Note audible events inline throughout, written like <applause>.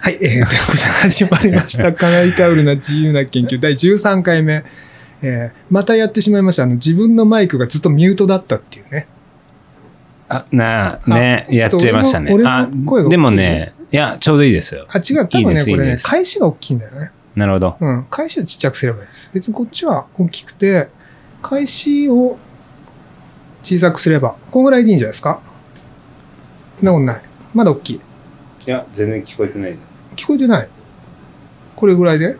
はい、えー、ということで始まりました。カナイタウルな自由な研究第13回目。えー、またやってしまいました。あの、自分のマイクがずっとミュートだったっていうね。あ、なあ、あね、やっちゃいましたねちょっ。と俺あの俺の声が大きい、でもね、いや、ちょうどいいですよ。あ、違う。多い分いでね、すこれいいねで、す返しが大きいんだよね。なるほど。うん。返しをちっちゃくすればいいです。別にこっちは大きくて、返しを小さくすれば、こんぐらいでいいんじゃないですかそんなことない。まだ大きい。いや、全然聞こえてないです。聞こえてない。これぐらいで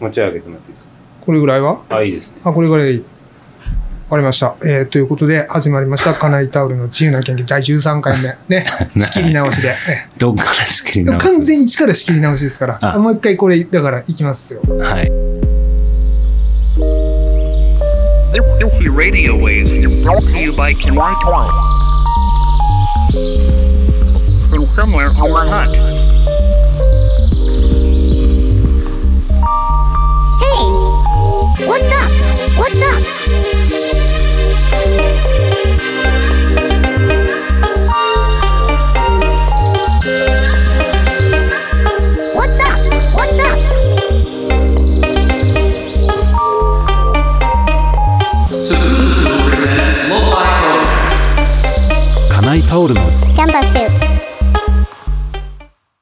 持ち上げてもらっていいですこれぐらいはかあ、いいですね。あ、これぐらいでいい。わかりました。えーということで、始まりました。カナイタオルの自由な研究第13回目。ね。仕切り直しで。えどっから仕 <laughs> 切りでも直すんです完全に力仕切り直しですから。あもう一回これ、だから、いきますよ。はい。 Filthy Radio Waves is brought to you by Kanai Twice. From somewhere on my hut. Hey! What's up? What's up? What's up? What's up? Jumbo soup.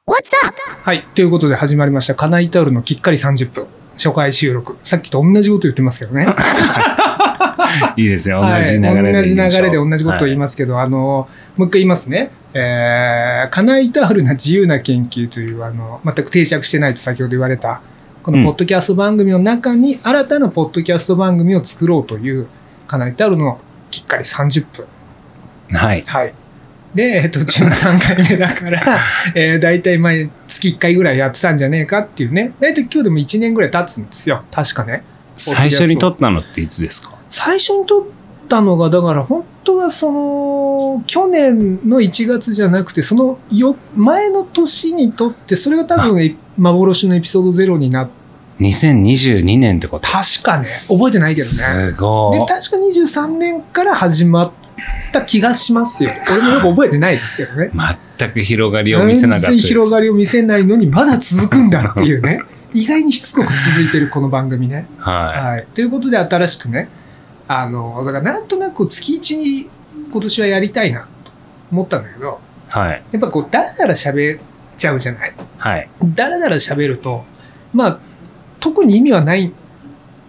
What's up? はい。ということで、始まりました。カナイタオルのきっかり30分。初回収録。さっきと同じこと言ってますけどね。いいですよ。は同いじ流れで。同じ流れで同じことを言いまますけど、あの、もう一回言いますね。えー、カナイタールな自由な研究という、あの、全く定着してないと先ほど言われた、こうのんポッドキャスト番組の中に、新たなポッドキャスト番組を作ろうという、カナイタールのきっかり30分。す。はい。はい。で、えっと、13回目だから、えー、大体毎月1回ぐらいやってたんじゃねえかっていうね。大体今日でも1年ぐらい経つんですよ。確かね。最初に撮ったのっていつですか最初に撮ったのがだから本当はその去年の1月じゃなくてそのよ前の年に撮ってそれが多分え幻のエピソードゼロになっ ?2022 年ってこと確かね覚えてないけどねすごでい。確か23年から始まった気がしますよ俺もよく覚えてないですけどね全く広がりを見せなかった全然です。広がりを見せないのにまだ続くんだっていうね意外にしつこく続いてるこの番組ねははい、ということで新しくねあのだからなんとなく月1に今年はやりたいなと思ったんだけどい。はい。やっぱこうダラダラ喋っちゃうじゃないはい。ダラダラ喋るとまあ特に意味はない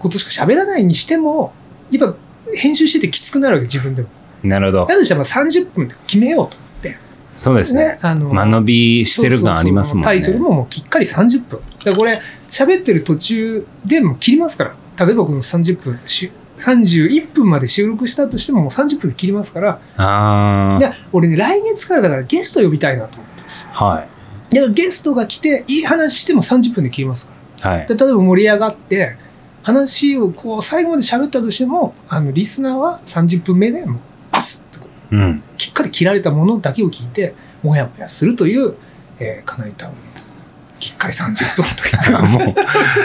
ことしか喋らないにしてもやっぱ編集しててきつくなるわけ自分でもなるほどだ。としたらまあ30分で決めようとそうですね。あの間延びしてる感ありますもんね。そうそうそうタイトルももうきっかり30分。だからこれ、喋ってる途中でもう切りますから。例えばこの30分、し31分まで収録したとしてももう30分で切りますから。あで俺ね、来月からだからゲスト呼びたいなと思ってるんですよ。あ。はい。だからゲストが来て、いい話しても30分で切りますから。はい。で例えば盛り上がって、話をこう最後まで喋ったとしても、あの、リスナーは30分目でもう、バスッとこううん。 <laughs> きっかり切られたものだけを聞いて、もやもやするという、えー、カナイタウンのきっかり30分という。もう、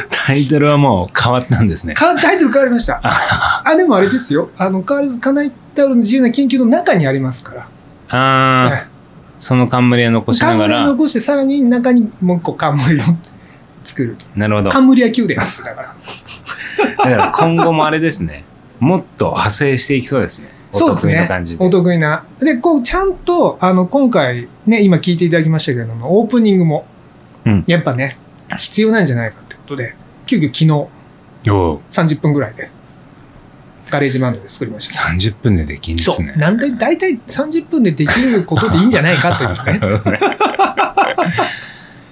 タイトルはもう変わったんです <laughs> ね。かタイトル変わりました。あ、でもあれですよ。あの、変わらずカナイタウンの自由な研究の中にありますから。ああ、ねその冠を残しなが冠をら、残して、さらに中にもう一個冠を作ると。なるほど。だ冠は宮殿です。だから。から今後もあれですね、もっと派生していきそうですね。おそうです得意ね。な感じ <laughs> おで。得意な。で、こう、ちゃんと、あの、今回、ね、今聞いていただきましたけれども、オープニングも、うんやっぱね、必要なんじゃないかってことで、急遽昨日、おう30分ぐらいで、ガレージバンドで作りました。 30分でできんでそすう。ね。なんで、大体30分でできることでいいんじゃないか <laughs> というね。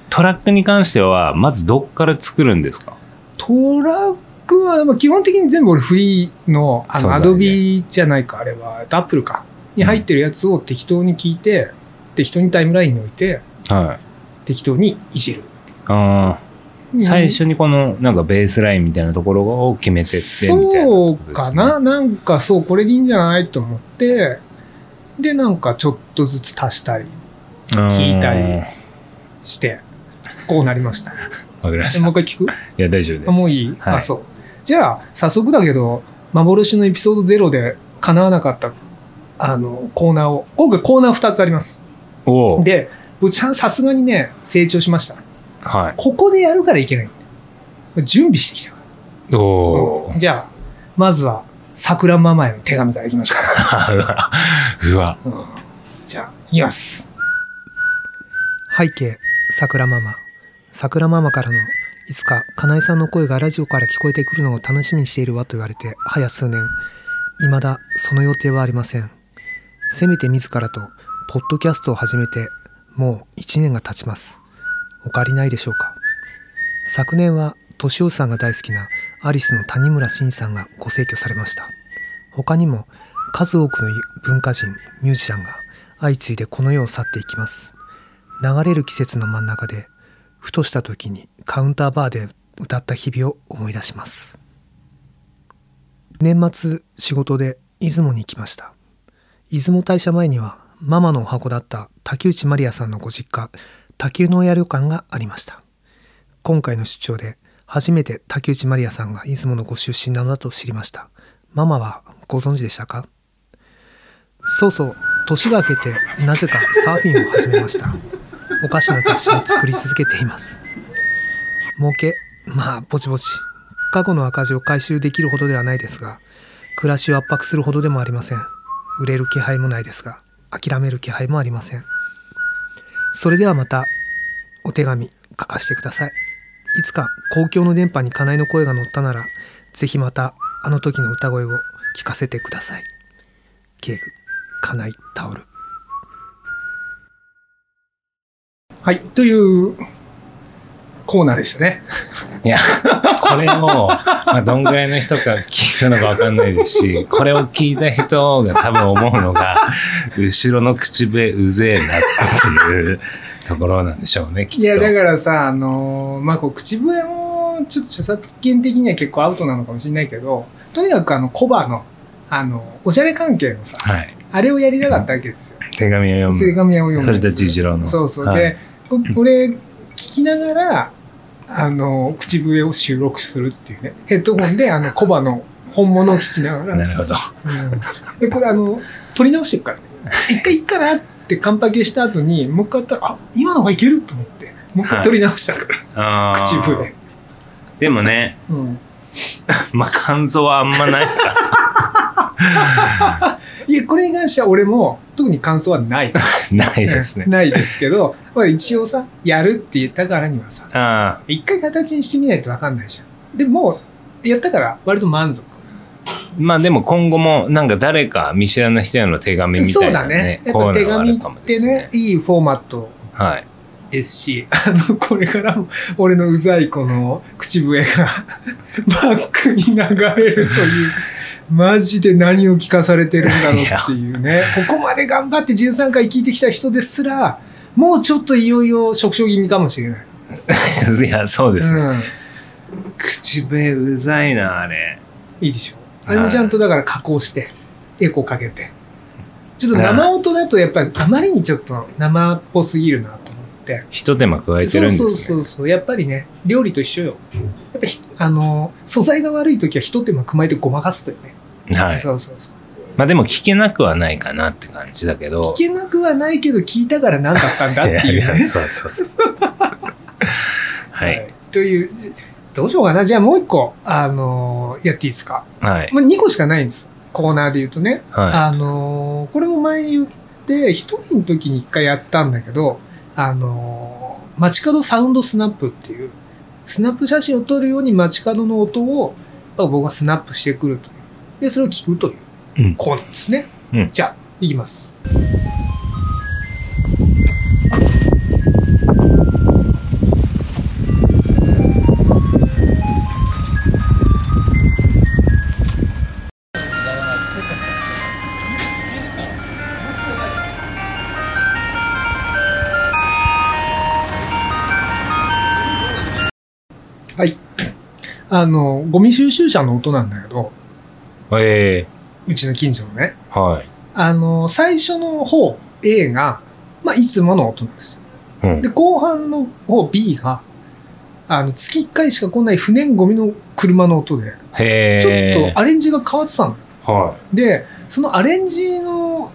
トラックに関しては、まずどっから作るんですかトラックは、まあ基本的に全部俺フリーの、あその、うだアねドビじゃないか、あれは、アップルか、に入ってるやつを適当に聞いて、適当にタイムラインに置いて、はい。適当にいじる。あうーん最初にこの、なんかベースラインみたいなところを決めてって、みたいなそこうとでかすね、な、なんかそう、これでいいんじゃないと思って、で、なんかちょっとずつ足したり聞いたりうんして、こうなりま <laughs> した。わかりましえた。もうい一回聞くや、大丈夫です。あもういい、はいあ、そう。じゃあ、早速だけど、幻のエピソード0で叶わなかった、あの、コーナーを、今回コーナー2つあります。おうで、ぶちゃん、さすがにね、成長しました。はここでやるからいけない。準備してきたかい。おら。じゃあ、まずは、桜ママへの手紙からいきましょうー。うわ <laughs> うわ。じゃあ、いきます。背景桜ママ桜ママからのいつか金井さんの声がラジオから聞こえてくるのを楽しみにしているわと言われて早数年未だその予定はありませんせめて自らとポッドキャストを始めてもう1年が経ちますお借りないでしょうか昨年は敏夫さんが大好きなアリスの谷村新司さんがご逝去されました他にも数多くの文化人ミュージシャンが相次いでこの世を去っていきます流れる季節の真ん中でふとした時にカウンターバーで歌った日々を思い出します年末仕事で出雲に行きました出雲大社前にはママのお箱だった竹内まりやさんのご実家竹生の親旅館がありました今回の出張で初めて竹内まりやさんが出雲のご出身なのだと知りましたママはご存知でしたかそうそう年が明けてなぜかサーフィンを始めましたおかしな雑誌を作り続けています儲けまあぼちぼち過去の赤字を回収できるほどではないですが暮らしを圧迫するほどでもありません売れる気配もないですが諦める気配もありませんそれではまたお手紙書かせてくださいいつか公共の電波に家内の声が乗ったならぜひまたあの時の歌声を聞かせてくださいケーグ家内タオルはい。という、コーナーでしたね。いや、これも、まあ、どんぐらいの人が聞くのかわかんないですし、 <laughs> これを聞いた人が多分思うのが、後ろの口笛うぜえなっていうところなんでしょうね、きっと。いや、だからさ、あのーまあ、こう、口笛も、ちょっと著作権的には結構アウトなのかもしれないけど、とにかくあの、コバの、あの、おしゃれ関係のさ、はい。あれをやりたかったわけですよ。手紙を聖読む。神屋を読むん古で田す治よ。一郎の。そうそう。はいで、こ俺、聞きながら、あの、口笛を収録するっていうね。ヘッドホンで、あの、コバの本物を聞きながら。なるほど。うんで、これあの、撮り直してるからね。一回いっかなってカンパケした後に、もう一回やったら、あ、今のがいけると思って、もう一回撮り直したから、あー口笛。でもね、うん。まあ、感想はあんまないか。いや、これに関しては俺も、特に感想はない。 <laughs> ないですね。 <laughs> ないですけど、まあ一応さ、やるって言ったからにはさ、あ一回形にしてみないとわかんないじゃん。でも、やったから割と満足。あまあでも今後もなんか誰か見知らぬ人への手紙みそたういだなねね。。やっコぱーナ手ーがあ紙るっかもでてすねね、。いいフォーマットはい。ですし、あの、これからも、俺のうざいこの口笛が、バックに流れるという、マジで何を聞かされてるんだろうっていうね。ここまで頑張って13回聞いてきた人ですら、もうちょっといよいよ食傷気味かもしれない。い <laughs> や、そうですね。うん。口笛うざいな、あれ。いいでしょう。あはいれもちゃんとだから加工して、エコーかけて。ちょっと生音だとやっぱりあまりにちょっと生っぽすぎるなと思って。ひと手間加えてるそんですね。うそうそうそうやっぱりね料理と一緒よやっぱひあの素材が悪い時は一手間加えてごまかすというね、はい。そうそうそうまあでも聞けなくはないかなって感じだけど。聞けなくはないけど聞いたから何だったんだっていいうやねいやそうそうそう。 <laughs> はい。というどうしようかなじゃあもう一個あのやっていいですか、はい。まあ、2個しかないんですコーナーで言うとね、はあのこれも前言って一人の時に一回やったんだけどあの街角サウンドスナップっていうスナップ写真を撮るように街角の音をまあ僕がスナップしてくるという。で、それを聞くといううんコーナーですね。うんじゃあ、いきます。はい。あの、ゴミ収集車の音なんだけど、い。えうちの近所のね。えはい。あの、最初の方、A が、まあ、いつもの音なんです。うんで、後半の方、B が、あの、月1回しか来ない不燃ゴミの車の音で、へちえ。ょっとアレンジが変わってたの。と。はで、そのアレンジの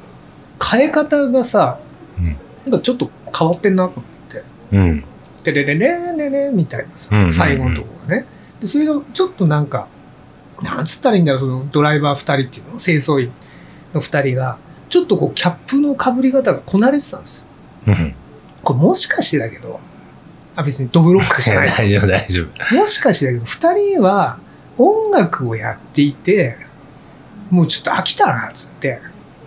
変え方がさうん、なんかちょっと変わってんなと思って。い。うん。テレレレレレみたいなさ、うんうんうん最後のとこがね。で、それがちょっとなんか、なんつったらいいんだろう、そのドライバー二人っていうの、清掃員の二人が、ちょっとこう、キャップの被り方がこなれてたんですよ。うん。これもしかしてだけど、あ、別にドブロック <laughs> じゃない。大丈夫、大丈夫。もしかしてだけど、二人は音楽をやっていて、もうちょっと飽きたな、っつって、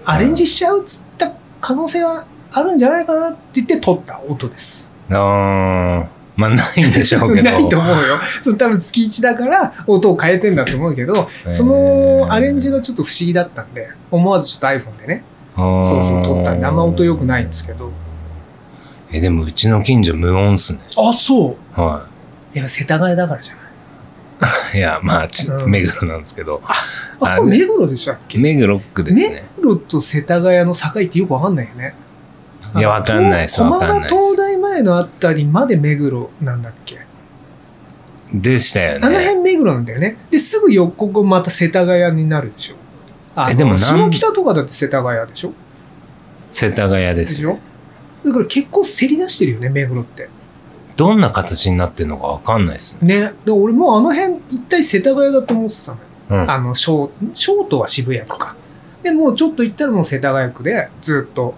アレンジしちゃうっつった可能性はあるんじゃないかなって言って撮った音です。あーまあ、ないんでしょうけど。 <laughs> ないと思うよ。その多分月一だから音を変えてんだと思うけど、そのアレンジがちょっと不思議だったんで、思わずちょっと iPhone でね、とそうそう撮ったんで、あんま音良くないんですけど。え、でもうちの近所無音っすね。あ、そうはやっぱ世田谷だからじゃないい。いや、まあ、ちうん目黒なんですけど。あ、これ目黒でしたっけ目黒区ですね。目黒と世田谷の境ってよくわかんないよね。いや、わかんないです。わ駒かんな場いで東す。大前のあたりまで目黒なんだっけ、でしたよあのね。辺目黒なんだよね。で、すぐ横ここまた世田谷になるでしょ。あえでもなん下北とかだって世田谷でしょ世田谷でですしす。ょだから結構競り出してるよね、目黒って。どんな形になってるのかわかんないですね。ね。で俺もうあの辺一体世田谷だと思ってたのよ。うん。あの、ショー、ショートは渋谷区か。で、もうちょっと行ったらもう世田谷区でずっと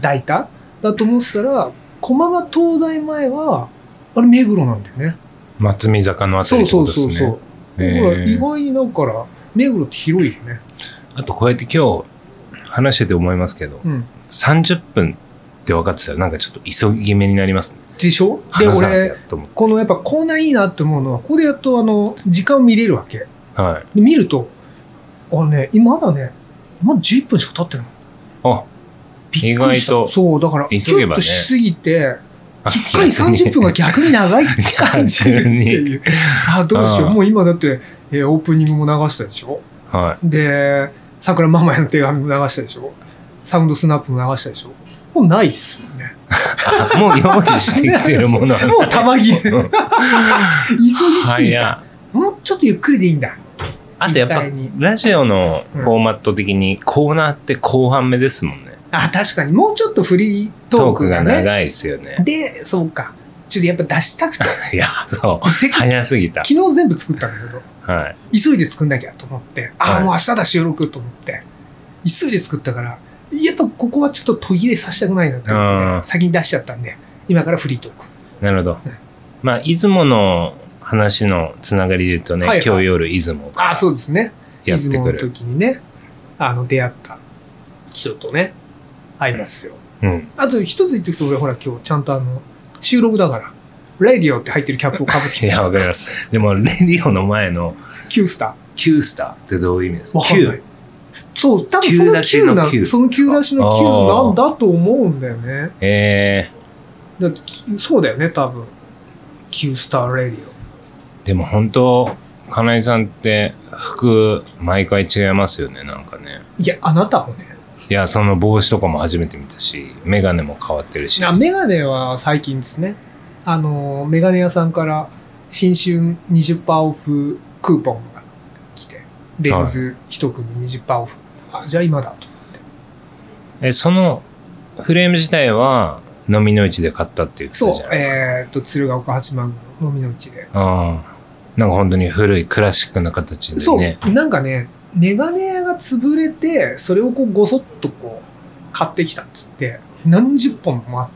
大田だと思ってたら、駒場東大前は、あれ目黒なんだよね。松見坂のあたそりうってこそとうですそうね。そう。だへからー意外にだから、目黒って広いよね。あとこうやって今日話してて思いますけど、うん。 30分って分かってたらなんかちょっと急ぎ目になりますね。でしょで、話さなきゃ俺、と思って。このやっぱコーナーいいなって思うのは、ここでやっとあの、時間を見れるわけ。はい。で、見ると、あのね、今まだね、まだ11分しか経ってない。あ、びっくりした。意外とそう、だから、急ちげょっばとねしすぎて、あきっかり30分が逆に長い感じるって <laughs> いう。あ、どうしよう。うんもう今だって、えーオープニングも流したでしょ <laughs> はで、桜ママへの手紙も流したでしょサウンドスナップも流したでしょもうないっすもんね。い。もう用意してきてるもの <laughs> はもう玉 <laughs> 切れ。う急ぎんすぎた。早いもうちょっとゆっくりでいいんだ。あとやっぱ実際にラジオのフォーマット的にコーナーって後半目ですもんね。あ、確かに。もうちょっとフリートトーーククががね。長いですよ <laughs> ね。で、そうか。ちょっとやっぱ出した <laughs> くて。いや、そう。せっかく早すぎた。昨日全部作ったんだけど、はい。急いで作んなきゃと思って、あはあ、いもう明日だ収録と思って、急いで作ったから、やっぱここはちょっと途切れさせたくないなって思ってうね、ん先に出しちゃったんで、今からフリートーク。なるほど。まあ、出雲の話のつながりで言うとね、はいはい今日夜出雲あがあ、そうですね。やって出雲くのる。時にね、あの、出会った人とね、会いますよ。うん。あと一つ言ってくと、俺ほら今日ちゃんとあの、収録だから、レディオって入ってるキャップをかぶっていきや、た。わかります。でも、レディオの前の9スタ9スターってどういう意味ですー。かわかんない ?9。。そう、多分その九出しの9な九その9出しの9なんだと思うんだよね。えだってき、そうだよね、多分。9スターレディー、でも本当、金井さんって服、毎回違いますよね、なんかね。オ。いや、あなたもね。いや、その帽子とかも初めて見たし、メガネも変わってるし。あメガネは最近ですね。あの、メガネ屋さんから新春20%オフクーポンが来て、レンズ1組20%オフ。あ、じゃあ今だと。え、そのフレーム自体は、飲みの市で買ったって言ってそたうじゃ、ないですか。えっ、と、鶴岡八幡宮のみのうちで。ああ。なんか本当に古いクラシックな形でそう、ね。なんかね、メガネ屋が潰れて、それをこう、ごそっとこう、買ってきたっつって、何十本もあっ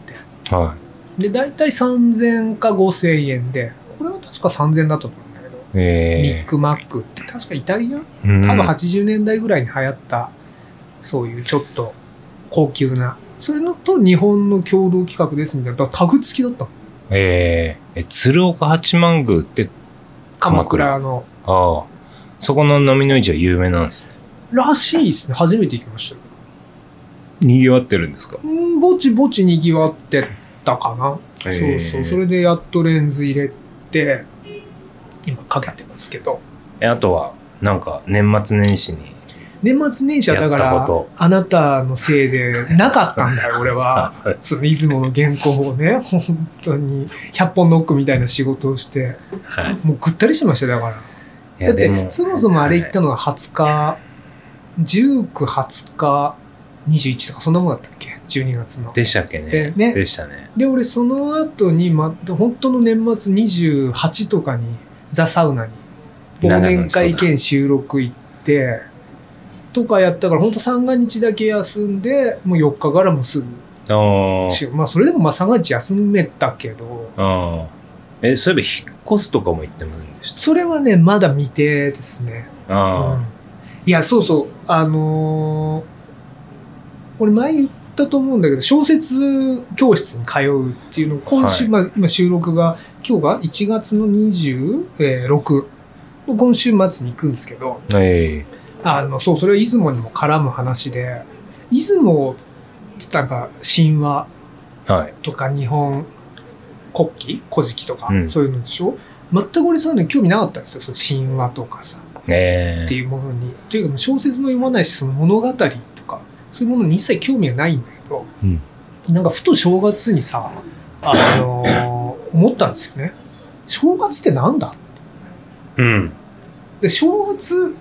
て。はで、大体3000か5000円で、これは確か3000だったと思うんだけど、い。ミッえクマックって確かイタリアえー。多分うん80年代ぐらいに流行った、そういうちょっと高級な、それのと日本の共同企画ですみたいな、だからタグ付きだったのえーえ、鶴岡八幡宮って、鎌鎌倉倉の。ああ。そこの飲みの市は有名なんですね。らしいですね。初めて行きましたよ。賑わってるんですかうんぼちぼちにぎわってたかな。へそーうそう。それでやっとレンズ入れて、今かけてますけど。え、あとは、なんか、年末年始に。年末年始はだかやったらこ、あなたのせいでなかったんだ <laughs> よ、俺は。さその出雲の原稿をね、 <laughs> 本当に100本ノックみたいな仕事をして、はい。もうぐったりしてましたよだから。いやだっでて、そもそもあれ行ったのが20日、19、20日、 21とかそんなもんだったっけ12月のでしたっけねでねでしたね。で俺その後に、ま、本当の年末28とかにザ・サウナに忘年会兼収録行ってとかやったから本当三が日だけ休んでもう4日からもうすぐあーしまあそれでもまあ三が日休めたけどあー。え、そういえば引っ越すとかも行ってませんでしそれはねまだ未定ですね、た。うああ。ん、いやそうそうあのー俺前言ったと思うんだけど小説教室に通うっていうの今週、はいまあ、今収録が今日が1月の26今週末に行くんですけど、ええあの、そう、それは出雲にも絡む話で、出雲って言ったらやっぱ神話はい。とか日本国旗古事記とか、うんそういうのでしょ全く俺そういうのに興味なかったんですよ。その神話とかさ、えってえいうものに。というかもう小説も読まないし、その物語とか、そういうものに一切興味がないんだけど、うんなんかふと正月にさ、あのー思ったんですよね。正月ってなんだうん。で正月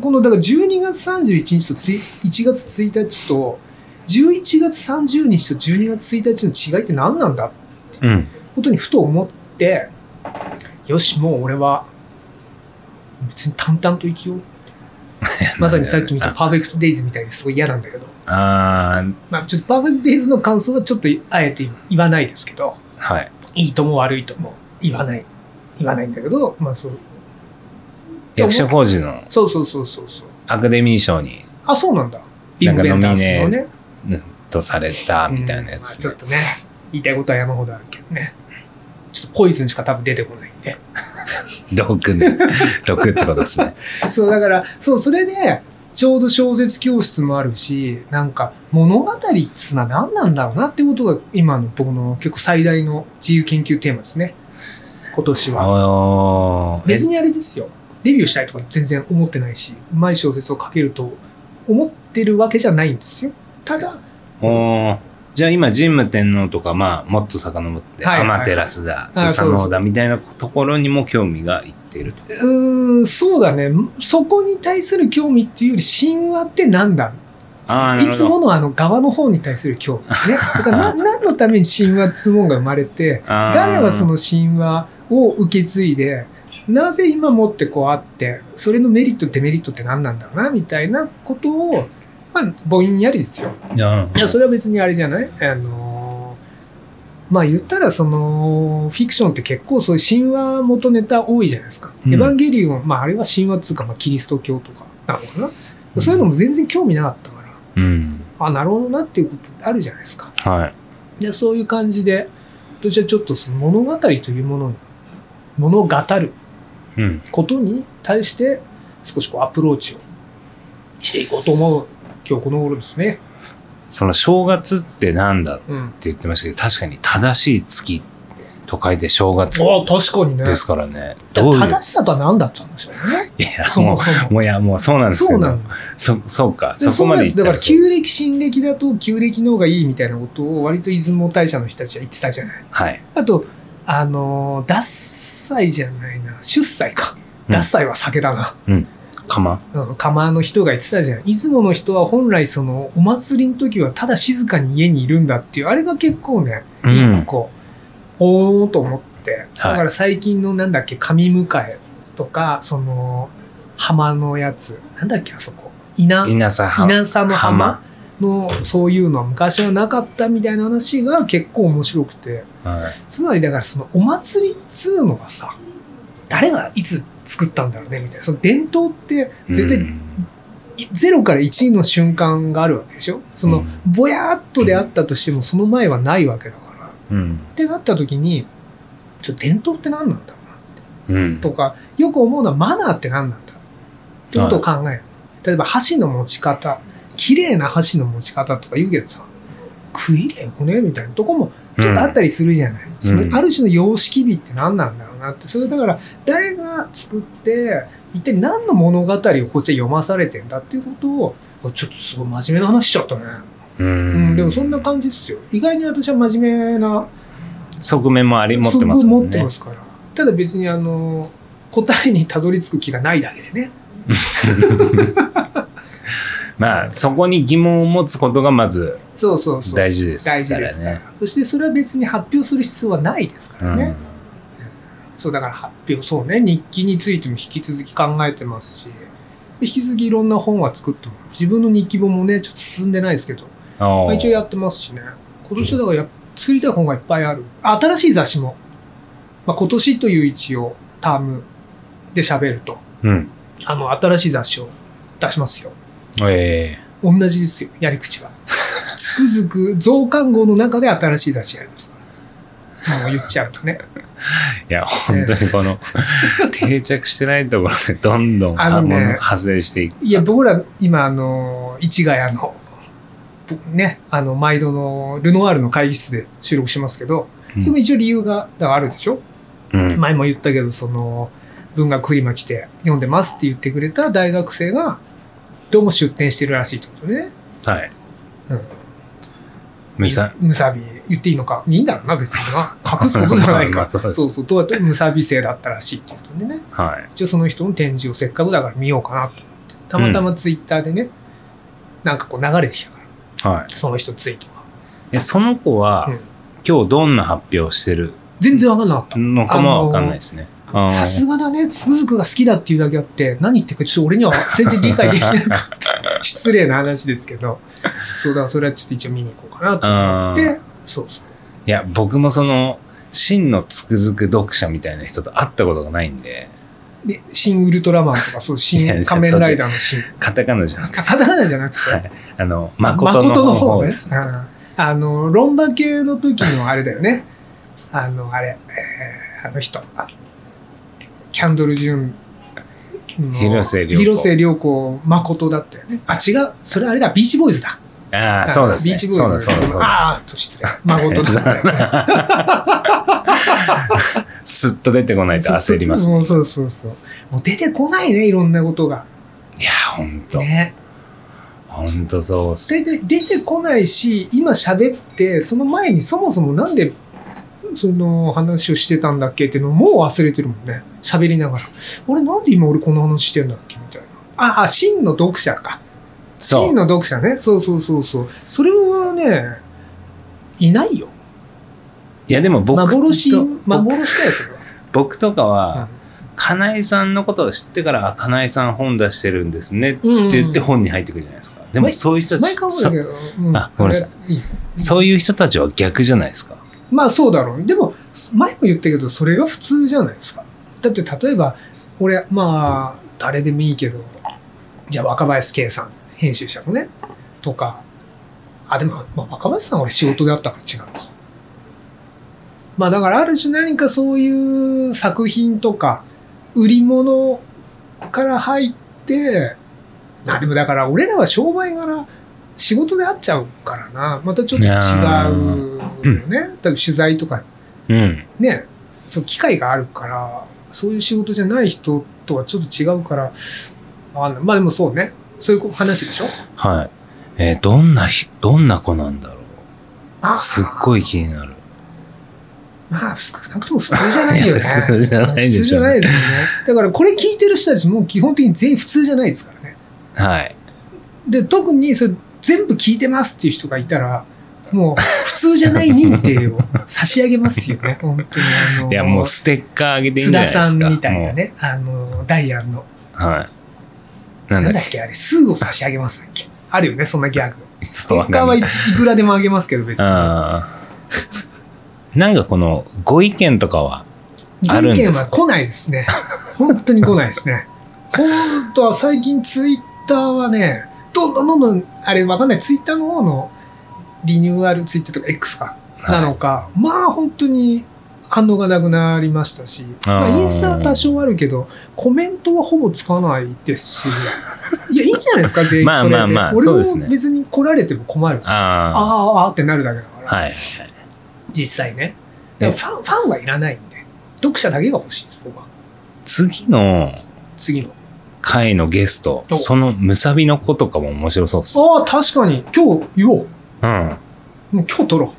このだから12月31日とつい1月1日と11月30日と12月1日の違いって何なんだってうん。ことにふと思ってよしもう俺は別に淡々と生 <laughs> きようまさにさっき見た「パーフェクト・デイズ」みたいですごい嫌なんだけど、あまあ、ちょっと「パーフェクト・デイズ」の感想はちょっとあえて言わないですけどあ、はい。いいとも悪いとも言わない言わないんだけどまあそう役所工事のそうそうそうそうそうアカデミー賞に、あ、そうなんだ。ビッグベンダースのね。うんとされたみたいなやうつんまあちょっ。とね、言いたいことは山ほどあるけどね。ちょっとポイズンしか多分出てこないんで。毒 <laughs> ね。毒ってことですね。そう、だから、そう、それで、ちょうど小説教室もあるし、なんか物語っつうのは何なんだろうなってことが今の僕の結構最大の自由研究テーマですね。今年は。あーえ別にあれですよ。デビューしたいとか全然思ってないし、うまい小説を書けると思ってるわけじゃないんですよ。ただ、おーじゃあ今、神武天皇とか、まあ、もっと遡って、はいはいアマテラスだ、あースサノオだみたいなところにも興味がいっていると。うーん、そうだね。そこに対する興味っていうより、神話ってなんだああ、ないるつほど。ものあの側の方に対する興味ね。だ <laughs> からな何のために神話っつうもんが生まれて、あー誰はその神話を受け継いで、なぜ今もってこうあって、それのメリットデメリットって何なんだろうな、みたいなことを、まあ、ぼんやりですよ。うんいや、それは別にあれじゃないあのーまあ言ったらその、フィクションって結構そういう神話元ネタ多いじゃないですか。うんエヴァンゲリオン、まああれは神話っつうか、まあキリスト教とかなのかな、うんそういうのも全然興味なかったから、うん。あ、なるほどなっていうことってあるじゃないですか。はい。で、そういう感じで、私はちょっとその物語というものに、物語るうん。ことに対して少しこうアプローチをしていこうと思う今日この頃ですね。その正月ってなんだうん。って言ってましたけど、確かに正しい月と書いて正月あ確かにね。ですからね。どういう、正しさとは何だったんでしょうね。いそや、ももそも。う、もういや、もうそうなんですけそうなのど。。そ、そうか、でそこまで言っそうなるだたからら、そう旧暦、新暦だと旧暦の方がいいみたいなことを割と出雲大社の人たちは言ってたじゃない。はい。あと、あのー、脱祭じゃないな、出祭か。うん脱祭は酒だな。釜うん、釜の人が言ってたじゃん。出雲の人は本来その、お祭りの時はただ静かに家にいるんだっていう、あれが結構ね、うん一個、おーと思って。はいだから最近のなんだっけ、神迎えとか、その、浜のやつ、なんだっけ、あそこ。稲、稲佐浜。稲佐の浜の、そういうのは昔はなかったみたいな話が結構面白くて。はいつまりだからそのお祭りっつうのがさ、誰がいつ作ったんだろうねみたいな。その伝統って絶う対ん0から1の瞬間があるわけでしょそのうんぼやーっとであったとしてもその前はないわけだから。っうん。てなった時に、ちょ伝統って何なんだろうなうん。とか、よく思うのはマナーって何なんだってことを考える。例えば箸の持ち方、綺麗な箸の持ち方とか言うけどさ、食いりゃよくねみたいなとこもちょっとあったりするじゃない。それある種の様式美って何なんだろうなって。それだから誰が作って、一体何の物語をこっちは読まされてんだっていうことを、あちょっとすごい真面目な話しちゃったね。ううん、ん。でもそんな感じですよ。意外に私は真面目な、側面もあり、持ってますすもごい持んってねま。すから。ただ別にあの、答えにたどり着く気がないだけでね。まあそこに疑問を持つことがまずそうそうそう。大事ですからね大事ですから。そしてそれは別に発表する必要はないですからね。そう、だから発表、そうね、日記についても引き続き考えてますし、で引き続きいろんな本は作っても、自分の日記本もね、ちょっと進んでないですけど、まあ、一応やってますしね。今年はだからやっ作りたい本がいっぱいある。あ新しい雑誌も。まあ、今年という一応、タームで喋ると、うんうんあの、新しい雑誌を出しますよ。え同じですよ、やり口は。つくづく増刊号の中で新しい雑誌やりますから。もう言っちゃうとね。えいや本当に <laughs> この定着してないところでどんどんあのねもの派生していくいや、僕ら今、あの、市ヶ谷の、ぼね、あの、毎度のルノワールの会議室で収録しますけど、それも一応理由が、だからあるでしょ、うん前も言ったけど、その、文学フリマ来て読んでますって言ってくれた大学生が、どうも出展してるらしいってことね。はいうんむさむさび、言っていいのか。いいんだろうな、別にな。隠すことじゃないまかあまあら。そ <laughs> そうでうすそう、どうやってむさび生だったらしいってことでね。はい一応その人の展示をせっかくだから見ようかなと思って。たまたまツイッターでね、なんかこう流れてきたから。はいその人ついては。えその子は、うん今日どんな発表をしてる全然わかんなかっのかもわかんないですね。あた。ーさすがだね、つくづくが好きだっていうだけあって、何言ってるかちょっと俺には全然理解できなか <laughs> った。失礼な話ですけど、そうだ、それはちょっと一応見に行こうかなとあ思っーて、そうそう。いや、僕もその、真のつくづく読者みたいな人と会ったことがないんで、で、新ウルトラマンとか、そう、いやい新や仮面ライダーの新。カタカナじゃなくて、カタカナじゃなくて、はいあの、誠の誠の方方ねです。。うんあの、論破系の時のあれだよね。あの、あれ、えーあの人。あキャンドル・ジュンの。広末涼子広末涼子、誠だったよね。あ、違う。それあれだ、ビーチボーイズだ。ああ、そうです、ね。ビーチボーイズ。そうだ、そうだ、そうだ。ああ、ちょっと失礼。誠だったよ <laughs> ね。すっと出てこないと焦ります。もうそうそうそう。もう出てこないね、いろんなことが。いや、ほんと。ね。ほんとそうっす。それで出てこないし今喋ってその前にそもそもなんでその話をしてたんだっけっていうのもう忘れてるもんね喋りながら俺なんで今俺この話してんだっけみたいなああ真の読者かそ真う。の読者ねそうそうそうそうそれはねいないよいや、でも僕と、幻僕幻だよそれは僕とかうんは、かなえさんのことを知ってから、あ、かなえさん本出してるんですねってうん言って本に入ってくるじゃないですか。でも毎そういう人た毎ち、回思うそんだけど、うあごめんなさいいいそういう人たちは逆じゃないですか。まあそうだろう。でも、前も言ったけど、それが普通じゃないですか。だって例えば、俺、まあ、誰でもいいけど、じゃあ若林圭さん、編集者のね、とか、あ、でも、まあ、若林さんは俺仕事であったから違うか。まあだからある種何かそういう作品とか、売り物から入って、まあでもだから俺らは商売柄、仕事であっちゃうからな、またちょっと違うよね。多分取材とかうん。ね、そう機会があるから、そういう仕事じゃない人とはちょっと違うから、あのまあでもそうね、そういう話でしょ。はい。えーどんなひ、どんな子なんだろあう。すっごい気になる。まあ、少なくとも普通じゃないよね。いや普通じゃないでしょうね普通じゃないですよね。だからこれ聞いてる人たちも基本的に全員普通じゃないですからね。はい。で、特にそれ全部聞いてますっていう人がいたら、もう普通じゃない認定を差し上げますよね。本当にあの。いや、もうステッカーあげていい津んじゃ田ないですか。さんみたいなね、あの、ダイアンの、もう。はい。なんなだんだっけっけ、あれ、数を差し上げますだっけ。あるよね、そんなギャグ。ちょステっとわッかカーんな。はいいついくらでもあげますけど、別に。あーなんかこの、ご意見とかは、あるごん意見ですは来ないです <laughs> ね。本当に来ないですね。本当は最近ツイッターはね、どんどんどんどん、あれわかんない、ツイッターの方のリニューアルツイッターとか X か、はないのか、まあ本当に反応がなくなりましたし、まあ、あーインスタは多少あるけど、コメントはほぼつかない <laughs> ですし、いや、いいんじゃないですか、全員まあそれで。まあまあ俺そもうですね別に来られても困るし、あああ、ああってなるだけだかあ。ら、はい。実際ね。だからファン、ファンはいらないんで、読者だけが欲しいです、僕は。次の次の。回のゲスト、おそのむさびの子とかも面白そうっす。ああ、確かに。今日言おう。うん。いもう今日撮ろう。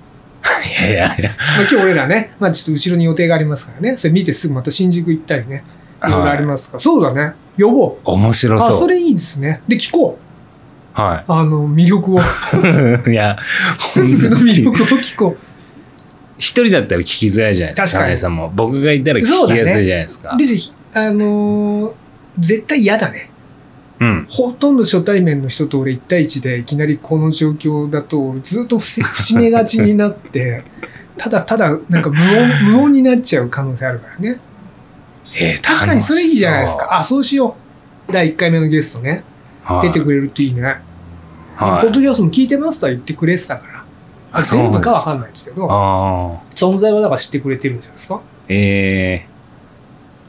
やいやいや。まあ、今日俺らね、 <laughs> まあちょっと後ろに予定がありますからね。それ見てすぐまた新宿行ったりね。いろいろありますから。そうだね。呼ぼう。面白あ、そ。そうれいいですね。で、聞こう。 <laughs> はあの、魅力 <laughs> を、い。いや、スズクの魅力を聞こ <laughs> 一人だったら聞きづらいじゃないですか。確かに金井さんも。僕がいたら聞きやすいじゃないですか。う。で、じゃああのー絶対嫌だね。うん。ほとんど初対面の人と俺1対1でいきなりこの状況だと俺ずっと伏せ伏し目がちになって、 <laughs> ただただなんか無音、無音になっちゃう可能性あるからね。えー確かにそれいいじゃないですか。。あ、そうしよう。第1回目のゲストね。楽しそう出てくれるといいね。はいポッドキャストも聞いてますとは言ってくれてたから。ああそう全なんです部かかわかんないですけど、ああ。存在はだから知ってくれてるんじゃないですかえ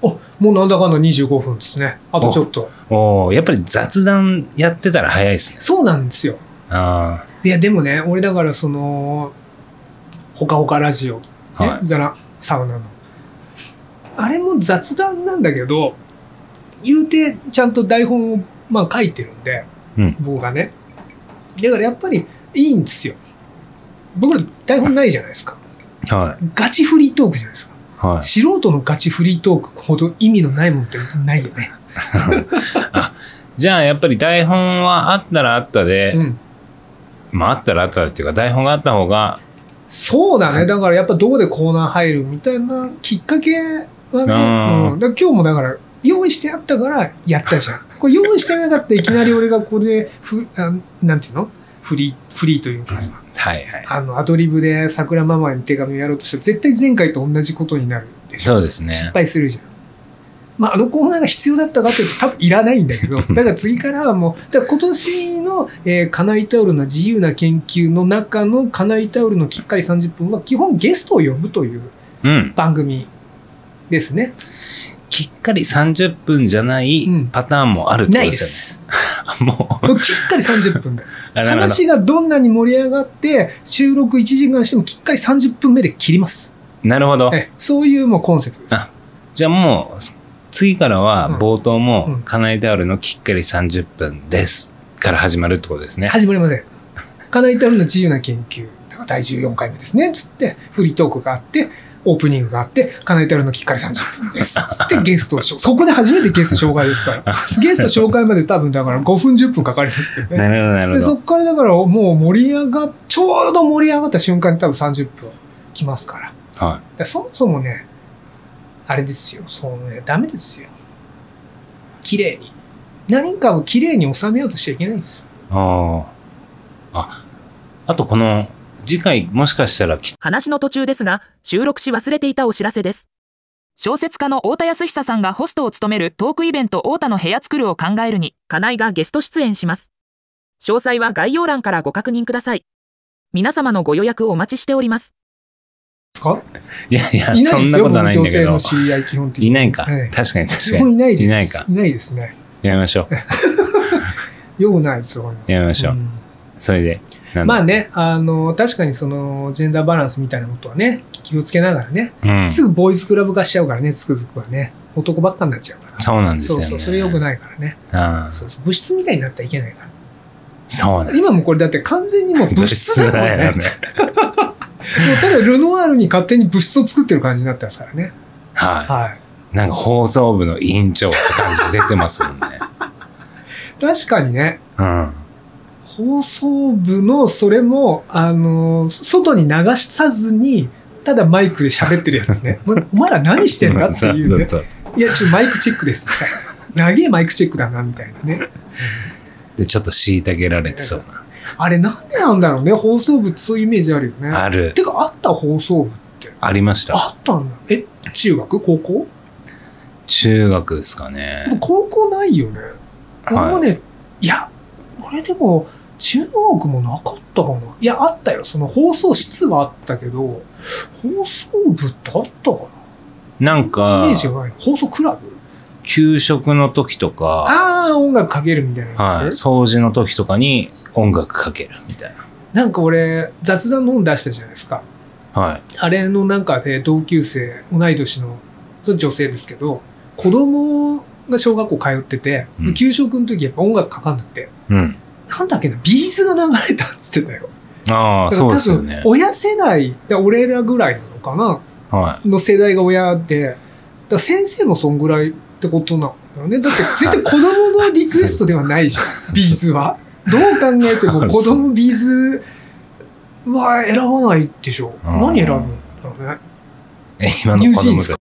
お、もうなんだかんだ25分ですね。あとちょっと。ー、おーやっぱり雑談やってたら早いですね。そうなんですよ。あいや、でもね、俺だからその、ほかほかラジオ、ねあ。はい。ザラ、サウナの。あれも雑談なんだけど、言うてちゃんと台本を、まあ、書いてるんで、うん僕がね。だからやっぱりいいんですよ。僕ら台本ないじゃないですか。はい。ガチフリートークじゃないですか。はい。素人のガチフリートークほど意味のないものってないよね。じゃあ、やっぱり台本はあったらあったで、うん。まああったらあったでっていうか、台本があった方が、そうだね。だからやっぱどこでコーナー入るみたいなきっかけはね。うんだん。から今日もだから、用意してあったからやったじゃん。これ用意してなかったらいきなり俺がここでふ、あなんていうのフリー、フリーというかさ、はいはい。あの、アドリブで桜ママに手紙をやろうとしたら絶対前回と同じことになるでしょ。そうですね。失敗するじゃん。まあ、あのコーナーが必要だったかというと多分いらないんだけ <laughs> ど、だから次からはもう、だから今年の、えー、カナイタオルの自由な研究の中のカナイタオルのきっかり30分は基本ゲストを呼ぶといううん。番組ですね。きっかり30分じゃないうんパターンもあるってこなといでですす。よね。 <laughs> <laughs> もう、もうきっかり30分だよ。あ <laughs> なるほど話がどんなに盛り上がって、収録1時間してもきっかり30分目で切ります。なるほどえ。えそういうもうコンセプトです。あじゃあもう、次からうんは冒頭うもん、カナイタオルのきっかり30分です。から始まるってことですね。始まりません。カナイタルの自由な研究。だから第14回目ですね。つって、フリートークがあって、オープニングがあって、カナイタルのきっかり30分です。つ <laughs> ってゲストを紹介。そこで初めてゲスト紹介ですから。ゲスト紹介まで多分だから5分10分かかりますよなね。るほど、なるで、ほそど。こからだからもう盛り上がっ、ちょうど盛り上がった瞬間に多分30分来ますから。だかはらそもそもね、あれですよ。そのね、ダメですよ。綺麗に。何かを綺麗に収めようとしちゃいけないんですよ。い。ああ。あ、あとこの、次回もしかしたらき話の途中ですが、収録し忘れていたお知らせです。小説家の太田康久さんがホストを務めるトークイベント太田の部屋作るを考えるに、金井がゲスト出演します。詳細は概要欄からご確認ください。皆様のご予約お待ちしております。ですかいやいや、いなそいでんすなよ、こと僕はないん女だけ性どの。知り合い、基本的に。いないか。ええ確かに確基か本に。いないです。いないかいないですね。やめましょよくないですよ。う。やめましょうう。んそれで。なんだまあ。ね、あの、確かにその、ジェンダーバランスみたいなことはね、気をつけながらね、うん。すぐボーイズクラブ化しちゃうからね、つくづくはね、男ばっかになっちゃうから。そうなんですそようね。そう、それ良くないからね。ああそうそう、物質みたいになったらいけないかそうなら。ん今もこれだって完全にもう <laughs> 物質だもんね。だよもうただルノワールに勝手に物質を作ってる感じになってますからね。ははい。い。なんか放送部の委員長って感じ出てま <laughs> すもんね。確かにね、うん。放送部のそれも、あの外に流さずに、ただマイクで喋ってるやつね。 <laughs> お前お前ら何してんだって <laughs> そういうそうね。そうそう。いや、ちょっとマイクチェックです。みたいな。長えマイクチェックだな、みたいなね。で、ちょっと虐げられてそうあれなんでなんだろうね。放送部ってそういうイメージあるよね。な。ある。てか、あった放送部。ありました。あったんだ。え、中学高校中学ですかでもね。高校ないよね。俺はいもね、い、や、俺でも、中学もなかったかな。いや、あったよ。その放送室はあったけど、放送部ってあったかなんなイかメー、ジがない。放送クラブ給食の時とか、ああー、音楽かけるみたいなやつ。はい、掃除の時とかに音楽かけるみたいなんか俺、雑談の本出したじゃないですか。な。はい。あれの中で同級生、同い年の女性ですけど、子供が小学校通ってて、うん給食の時やっぱ音楽かかんだって。うん。なんだっけな、ビーズが流れたっつってたよ。あだあ、かそうらです多よ分、ね。親世代、だ俺らぐらいなのかなはの世代が親で、だから先生もそんぐ <laughs> らいってことなのよね。だって絶対子供のリクエストではないじゃん、ビーズは。い。どう考えても子供ビーズは選ばないでしょ。うん何選ぶんだろうね。え今のニュー子ジーン供ズたか